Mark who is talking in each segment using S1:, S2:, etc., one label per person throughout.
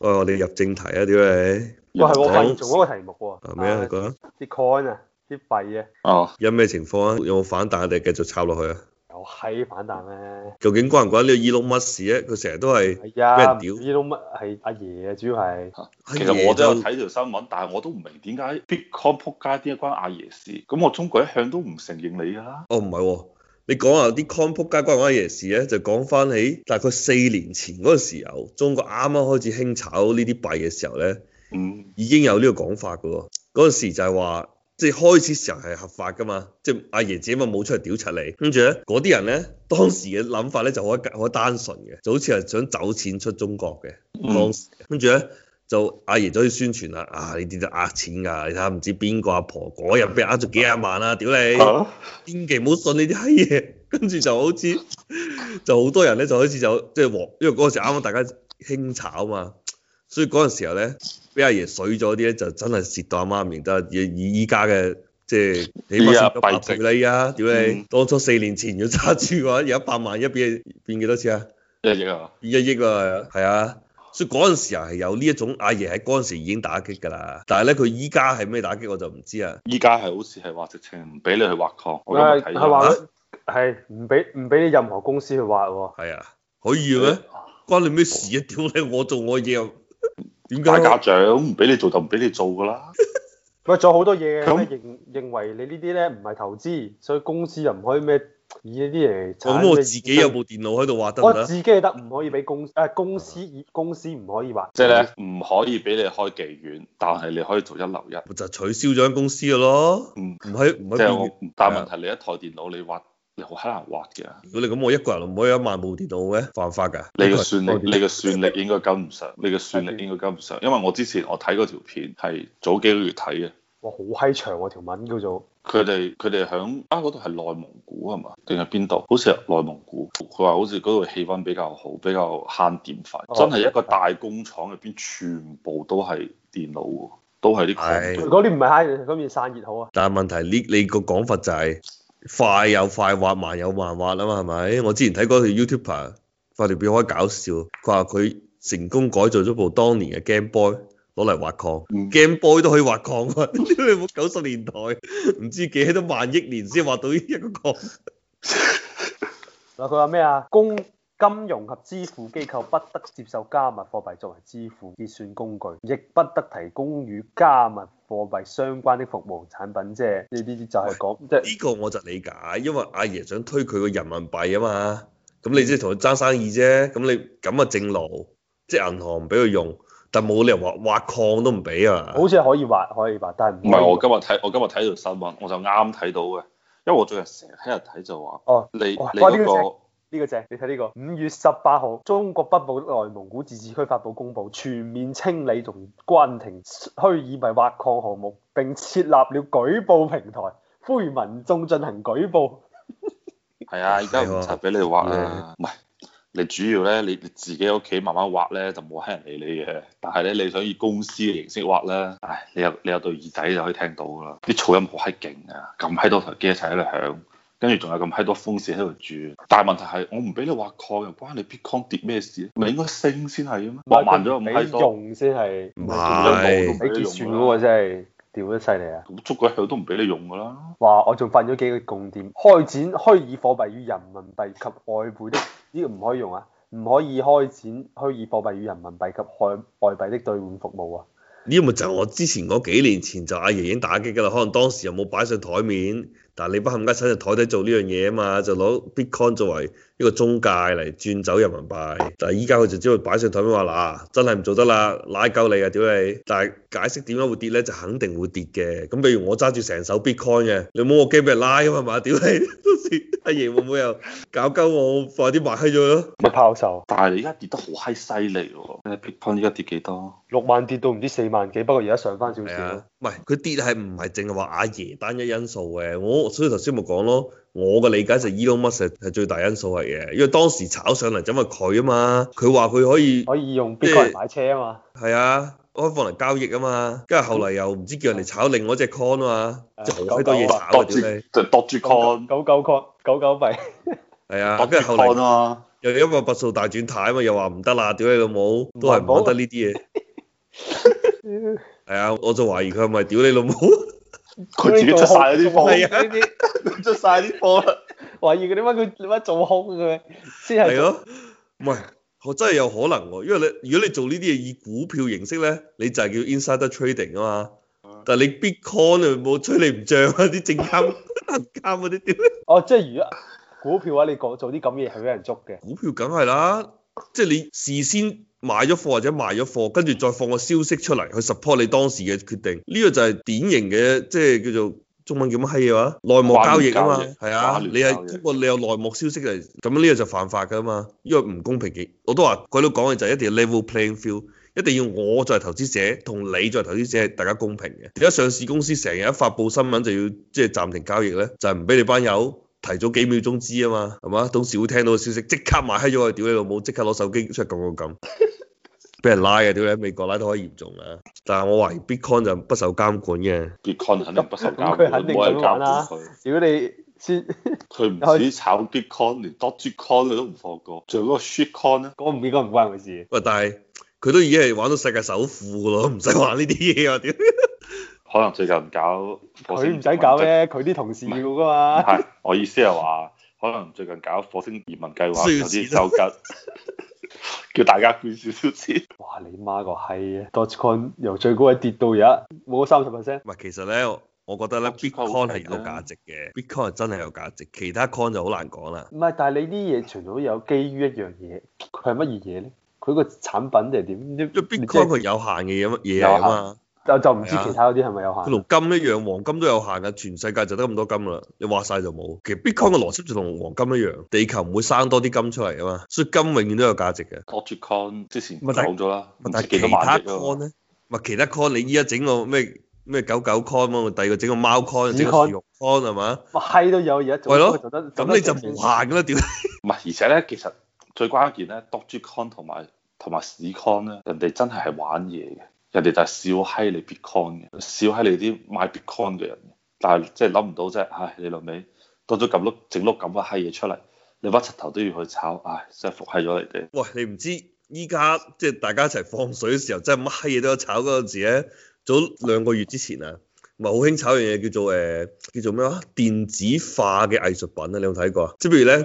S1: 喂，我哋入正題啊，屌你！
S2: 喂，係喎我發現仲有一個題目喎。
S1: 啊咩啊？你講啊
S2: 啲 coin 啊，啲幣啊，
S3: 哦，
S1: 有咩情況啊？有冇反彈定係繼續抄落去啊？
S2: 有閪反彈咩？
S1: 究竟關唔關呢個伊隆乜事咧？佢成日都係
S2: 係啊，唔
S1: 俾人屌
S2: 知道乜係阿爺啊，主要係
S3: 其
S1: 哎
S3: 實我都有睇條新聞，但係我都唔明點解 Bitcoin 撲街點解關阿爺事？咁我中國一向都唔承認你㗎啦。
S1: 哦，唔係喎，你講下啲 con 仆街關唔關嘢事啊咧？就講翻起大概四年前嗰個時候，中國啱啱開始興炒呢啲幣嘅時候咧，
S3: 嗯，
S1: 已經有呢個講法噶喎。嗰陣時就係話，即係開始時候係合法噶嘛，即係阿爺自己咪冇出嚟屌柒你，跟住咧嗰啲人咧當時嘅諗法咧就好好單純嘅，就好似係想走錢出中國嘅。當時跟住咧就阿爺就去宣傳啦，啊呢啲就呃錢㗎，你睇下唔知邊個阿婆嗰日俾人呃咗幾廿萬啊，屌你！
S3: 啊
S1: 千祈唔好信呢啲閪嘢， 跟住就好似 就好多人咧就開始就即係黃，因為嗰陣時啱啱大家興炒嘛，所以嗰陣時候咧俾阿爺水咗啲咧就真係蝕到阿媽唔認得，以以依家嘅即係起碼蝕咗百倍啦依家，屌你
S3: 嗯！
S1: 當初四年前要揸住嘅話，有一百萬一變變幾多錢啊？
S3: 一億啊，
S1: 變一億啊，係啊！所以嗰陣時候係有呢一種阿爺喺嗰陣時已經打擊㗎啦，但係咧佢依家係咩打擊我就唔知啊。
S3: 依家係好似係話直情唔俾你去挖礦，我今日
S2: 佢
S3: 睇啊咗
S2: 係啊係話佢係唔俾唔俾你任何公司去挖喎。
S1: 係啊，可以嘅咩？關你咩事啊？屌你，我做我嘢又點解
S3: 打家長唔俾你做就唔俾你做㗎啦。
S2: 喂，仲有好多嘢嘅
S3: 咁
S2: 咩認認為你呢啲咧唔係投資，所以公司又唔可以咩以呢啲嚟
S1: 我
S2: 產
S1: 咁
S2: 咩
S1: 我自
S3: 啊
S1: 己有部電腦喺度畫得唔
S2: 我
S1: 得？
S2: 自己得，唔可以俾公誒公司公司唔可以挖。
S3: 即係咧，嗯唔可以俾你開妓院，但係你可以做一流一。
S1: 就取消咗間公司嘅咯，
S3: 嗯，
S1: 唔喺唔
S3: 即係
S1: 喺
S3: 我，但係問啊題你一台電腦你挖，你好閪難挖嘅。
S1: 如果你咁，我一個人唔可以有一萬部電腦咩？犯法㗎。
S3: 你嘅
S1: 算
S3: 算力，你嘅算力應該跟唔上，你嘅算力應該跟唔上，因為我之前我睇嗰條片係早幾個月睇嘅，
S2: 哇，好閪長喎條文叫做。
S3: 佢哋佢哋響啊嗰度係內蒙古係嘛？定係邊度？好似係內蒙古。佢話好似嗰度氣温比較好，比較慳電費。
S2: 哦
S3: 真係一個大工廠入邊全部都係電腦喎，都係啲
S1: 係
S3: 礦。
S2: 嗰啲唔係閪，嗰邊散熱好啊。
S1: 但係問題呢，你個講法就係快有快畫，慢有慢畫啊嘛，係咪？我之前睇嗰條 YouTuber 發條片好搞笑，佢話佢成功改造咗部當年嘅 Game Boy 攞嚟挖礦、
S3: 嗯
S1: g a m e Boy 都可以挖礦啊！屌你冇九十年代，唔知幾多萬億年先挖到一個礦。
S2: 嗱，佢話咩啊？公金融及支付機構不得接受加密貨幣作為支付結算工具，亦不得提供與加密貨幣相關的服務產品。即係呢啲就係講，即係
S1: 呢個我就理解，因為阿爺想推佢個人民幣啊嘛，咁你即係同佢爭生意啫，咁你咁啊正路，即係銀行唔俾佢用，但冇理由話挖礦都唔俾啊嘛。
S2: 好似係可以挖，可以挖，但係唔
S3: 唔
S2: 可以
S3: 係我今日睇，我今日睇條新聞，我就啱睇到嘅，因為我最近成日喺度睇就話，
S2: 哦
S3: 你你
S2: 哇哇呢
S3: 嗰
S2: 個正
S3: 個。
S2: 呢個正，你睇呢個五月十八號，中國北部內蒙古自治區發布公佈，全面清理同關停虛擬幣挖礦項目，並設立了舉報平台，呼籲民眾進行舉報。
S3: 係啊，而家唔
S1: 係喎
S3: 使俾你挖啦，唔係你主要咧，你你自己喺屋企慢慢挖咧，就冇閪人理你嘅。但係咧，你想以公司嘅形式挖咧，唉，你有你有對耳仔就可以聽到噶啦，啲噪音好閪勁啊，咁閪多台機一齊喺度響，跟住仲有咁閪多風扇喺度轉。但係問題係，我唔俾你挖礦，又關你 Bitcoin 跌咩事？咪應該升先係嘅咩？挖慢咗咁閪
S2: 你
S3: 多，
S2: 用先係，
S1: 唔
S3: 係
S2: 你結算嗰個真係屌得犀利啊！
S3: 咁捉鬼佢都唔俾你用噶啦。
S2: 哇！我仲發現咗幾個共點，開展虛擬貨幣與人民幣及外匯的呢、個唔可以用啊，唔可以開展虛擬貨幣與人民幣及外外幣的兌換服務啊！
S1: 呢個咪就係我之前嗰幾年前就阿爺已經打擊㗎啦，可能當時又冇擺上台面，但係你不冚家鏟就台底做呢樣嘢啊嘛，就攞 Bitcoin 作為一個中介嚟轉走人民幣。但係依家佢就只會擺上台面話嗱，真係唔做得啦，拉鳩你啊，屌你！但係解釋點解會跌咧，就肯定會跌嘅。咁譬如我揸住成手 Bitcoin 嘅，你冇我驚俾人拉啊嘛，屌你！到時阿爺會唔會又搞鳩我，快啲賣閪咗咯？
S2: 咪拋售
S3: 但係你而家跌得好閪犀利喎你，Bitcoin 依家跌幾多？
S2: 六萬跌到唔知四萬幾，不過而家上翻少
S1: 係
S2: 少
S1: 啊。，唔係佢跌係唔係淨係話阿爺單一因素嘅？我所以頭先咪講咯，我嘅理解就係 Elon Musk 係最大因素嚟嘅，因為當時炒上嚟就因為佢啊嘛，佢話佢可以
S2: 可以用
S1: 即係
S2: Bitcoin 買車啊嘛，
S1: 係啊開放嚟交易啊嘛，跟住後嚟又唔知叫人哋炒另外一隻 coin 啊嘛，
S2: 啊
S1: 即係好多嘢炒啊
S3: 多
S1: 屌
S3: 住
S1: 你，
S3: 就多住 con。
S2: 九九 con 九九幣，
S1: 係啊，
S3: 我
S1: 跟
S3: 跟
S1: 住
S3: 住
S1: 後
S3: 看
S1: 嚟
S3: 啊嘛，
S1: 又因為拔數大轉態啊嘛，又話唔得啦，屌你老母，都係唔
S2: 環保
S1: 玩得呢啲嘢。係啊，我就懷疑佢係咪屌你老母？
S3: 佢自己出晒嗰啲
S2: 做空
S3: 貨，
S1: 係啊
S2: 呢啲
S3: 出晒啲貨啦。
S2: 懷疑佢點解佢點解做空嘅，先
S1: 係
S2: 係
S1: 咯，唔係，我真係有可能喎、因為你如果你做呢啲嘢以股票形式咧，你就係叫 insider trading 啊嘛。但係你 bitcoin 啊冇吹你唔漲啊，啲證 監、銀監嗰啲屌你
S2: 哦，即係如果股票嘅話，你講做啲咁嘢係俾人捉嘅。
S1: 股票梗係啦，即係你事先買咗貨或者賣咗貨，跟住再放個消息出嚟去 support 你當時嘅決定，呢、個就係典型嘅即係叫做中文叫乜閪嘢話內幕交易啊嘛
S3: 跨聯，交易
S1: 係啊
S3: 跨，聯
S1: 你
S3: 交
S1: 係
S3: 易
S1: 通過你有內幕消息嚟，咁呢個就犯法㗎嘛，因為唔公平嘅，我都話佢都講嘅就係一定要 level playing field。一定要我作為投資者同你作為投資者係大家公平嘅。而家上市公司成日一發布新聞就要即係暫停交易咧，就係唔俾你班友提早幾秒鐘知啊嘛，係嘛？董事會聽到個消息即刻買閪咗佢，屌你老母！即刻攞手機出嚟撳撳撳，俾人拉嘅，屌你喺美國拉得可以嚴重啊！但係我懷疑 Bitcoin 就不受監管嘅。
S3: Bitcoin 肯定不受監
S2: 咁佢
S3: 管，
S2: 肯定
S3: 冇人
S2: 咁
S3: 監管
S2: 玩啦
S3: 佢。
S2: 如果你先，。
S3: 佢唔止炒 Bitcoin，連 Dogecoin 佢都唔放過，仲有嗰個啊 Shitcoin 咧
S2: 我唔應該唔關佢事。
S1: 喂，但係佢都已經係玩到世界首富噶咯，唔使玩呢啲嘢啊！屌，
S3: 可能最近搞火
S2: 佢
S3: 星
S2: 唔使搞咧，佢啲同事要噶
S3: 移民計？
S2: 嘛。
S3: 唔係，我意思係話，可能最近搞火星移民計劃
S1: 需
S3: 有
S1: 要
S3: 啲
S1: 錢
S3: 收緊，叫大家捐少少錢。
S2: 哇！你媽個閪啊！Dogecoin 由最高位跌到而家冇三十 percent，
S1: 唔係其實咧，我覺得咧
S3: Bitcoin
S1: Bitcoin 係
S3: 好
S1: 有
S3: 平啊
S1: 價值嘅，Bitcoin 係真係有價值，其他 coin 就好難講啦。
S2: 唔係，但係你啲嘢全部都有基於一樣嘢，佢係乜嘢嘢咧？佢個產品定係點？
S1: 因為
S2: 你即
S1: Bitcoin
S2: 係
S1: 佢有限嘅嘢乜嘢嚟啊嘛，
S2: 就就唔知
S1: 係啊
S2: 其他嗰啲係咪有
S1: 佢
S2: 限。
S1: 同金一樣，黃金都有限嘅，全世界就得咁多金啦，你挖晒就冇。其實 Bitcoin 嘅邏輯就同黃金一樣，地球唔會生多啲金出嚟啊嘛，所以金永遠都有價值嘅。
S3: Dogecoin 之前
S1: 唔係但
S3: 講咗啦，唔
S1: 但
S3: 知
S1: 係
S3: 幾
S1: 其
S3: 多萬
S1: 他
S3: 億啊
S1: coin 咧，唔係其他 coin 你依家整個咩咩狗狗 coin 啊，第二個整個貓 coin，
S2: 屎
S1: 整
S2: coin
S1: 個樹肉 coin 係嘛？
S2: 乜閪都有而家做
S1: 係
S2: 得，
S1: 咯
S2: 做得
S1: 咁你就無
S2: 做得
S1: 限㗎啦，屌！
S3: 唔係，而且咧，其實最關鍵咧，Dogecoin 同埋同埋 Scoin 咧，人哋真係係玩嘢嘅，人哋就係笑閪你 Bitcoin 嘅，笑閪你啲買 Bitcoin 嘅人嘅。但係即係諗唔到即係，唉，你老味多咗咁碌整碌咁嘅啊閪嘢出嚟，你屈柒頭都要去炒，唉，真係服閪咗你哋。
S1: 喂，你唔知依家即係大家一齊放水嘅時候，真係乜閪嘢都有炒嗰陣時咧，早兩個月之前啊，咪好興炒樣嘢叫做誒、叫做咩話電子化嘅藝術品啊，你有冇睇過啊？即係譬如咧，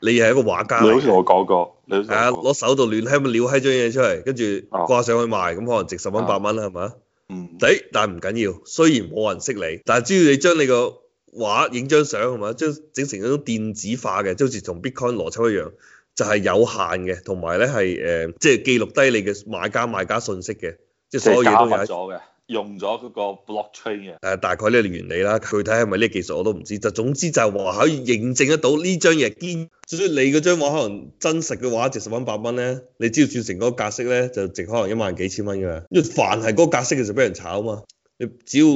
S1: 你啊係一個畫家
S3: 你好
S1: 嚟
S3: 似
S1: 嘅，
S3: 我講過，你好似
S1: 係啊，
S3: 我講過
S1: 攞手度亂閪咁撩閪張嘢出嚟，跟住
S3: 哦
S1: 掛上去賣，咁可能值十蚊
S3: 哦
S1: 八蚊啦，係啊嘛？
S3: 嗯，
S1: 抵，但係唔緊要。雖然冇人識你，但係只要你將你個畫影張相係嘛，將整成一種電子化嘅，即好似同 Bitcoin 邏輯一樣，就係、有限嘅，同埋咧係誒，即係記錄低你嘅買家賣家信息嘅，即係
S3: 即
S1: 所有
S3: 係
S1: 嘢
S3: 加
S1: 都
S3: 密
S1: 有喺。
S3: 咗嘅，用咗嗰個 blockchain 嘅。
S1: 誒啊大概呢個原理啦，具體係咪呢個技術我都唔知，就總之就係話可以認證得到呢張嘢係堅，所以你嗰張畫可能真實嘅話值十蚊八蚊咧，你只要轉成嗰個格式咧，就值可能一萬幾千蚊㗎啦。因為凡係嗰個格式嘅就俾人炒啊嘛，你只要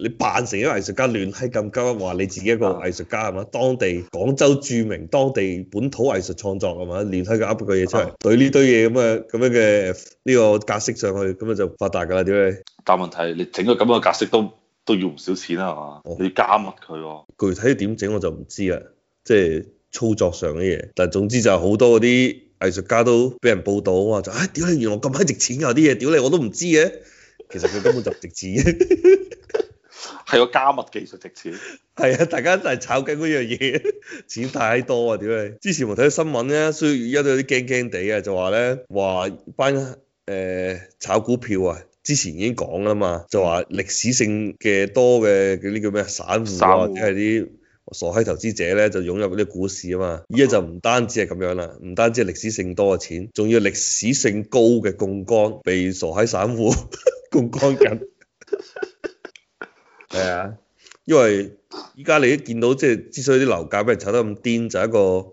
S1: 你扮成一個藝術家亂閪咁鳩話你自己一個藝術家係嘛，當地廣州著名當地本土藝術創作係嘛，亂閪佢噏個嘢出嚟
S3: 啊，
S1: 對呢堆嘢咁嘅咁樣嘅呢個格式上去，咁啊就發達㗎啦，屌你！
S3: 但問題你整個咁嘅格式都都要唔少錢啊係嘛
S1: 哦，
S3: 你要加密佢喎。
S1: 具體點整我就唔知啦，即係操作上嘅嘢。但係總之就係好多嗰啲藝術家都俾人報道啊，就唉屌你，原來我咁閪值錢㗎啲嘢，屌你我都唔知嘅。其實佢根本就唔值錢嘅，
S3: 係個加密技術值錢，
S1: 係啊，大家都係炒緊嗰樣嘢， 錢太多啊，屌你！之前我睇到新聞咧，所以而家都有啲驚驚地啊，就話咧話班誒、呃炒股票啊。之前已經講啦嘛，就話歷史性嘅多嘅嗰啲叫咩散戶
S3: 散
S1: 啊，
S3: 戶
S1: 或者係啲傻閪投資者咧就湧入呢啲股市啊嘛，依家就唔單止係咁樣啦，唔單止係歷史性多嘅錢，仲要歷史性高嘅槓桿被傻閪散戶 槓桿 緊，係啊，因為依家你都見到即係之所以啲樓價俾人炒得咁癲，就係一個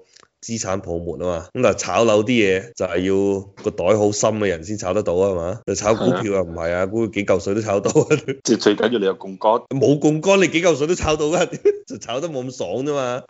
S1: 資產泡沫啊嘛，咁但係炒樓啲嘢就係要個袋好深嘅人先炒得到啊嘛，就炒股票啊唔係啊，股票幾嚿水都炒到啊。
S3: 即係最緊要你有槓桿。
S1: 啊冇槓桿，你幾嚿水都炒到噶，就炒得冇咁爽啫嘛。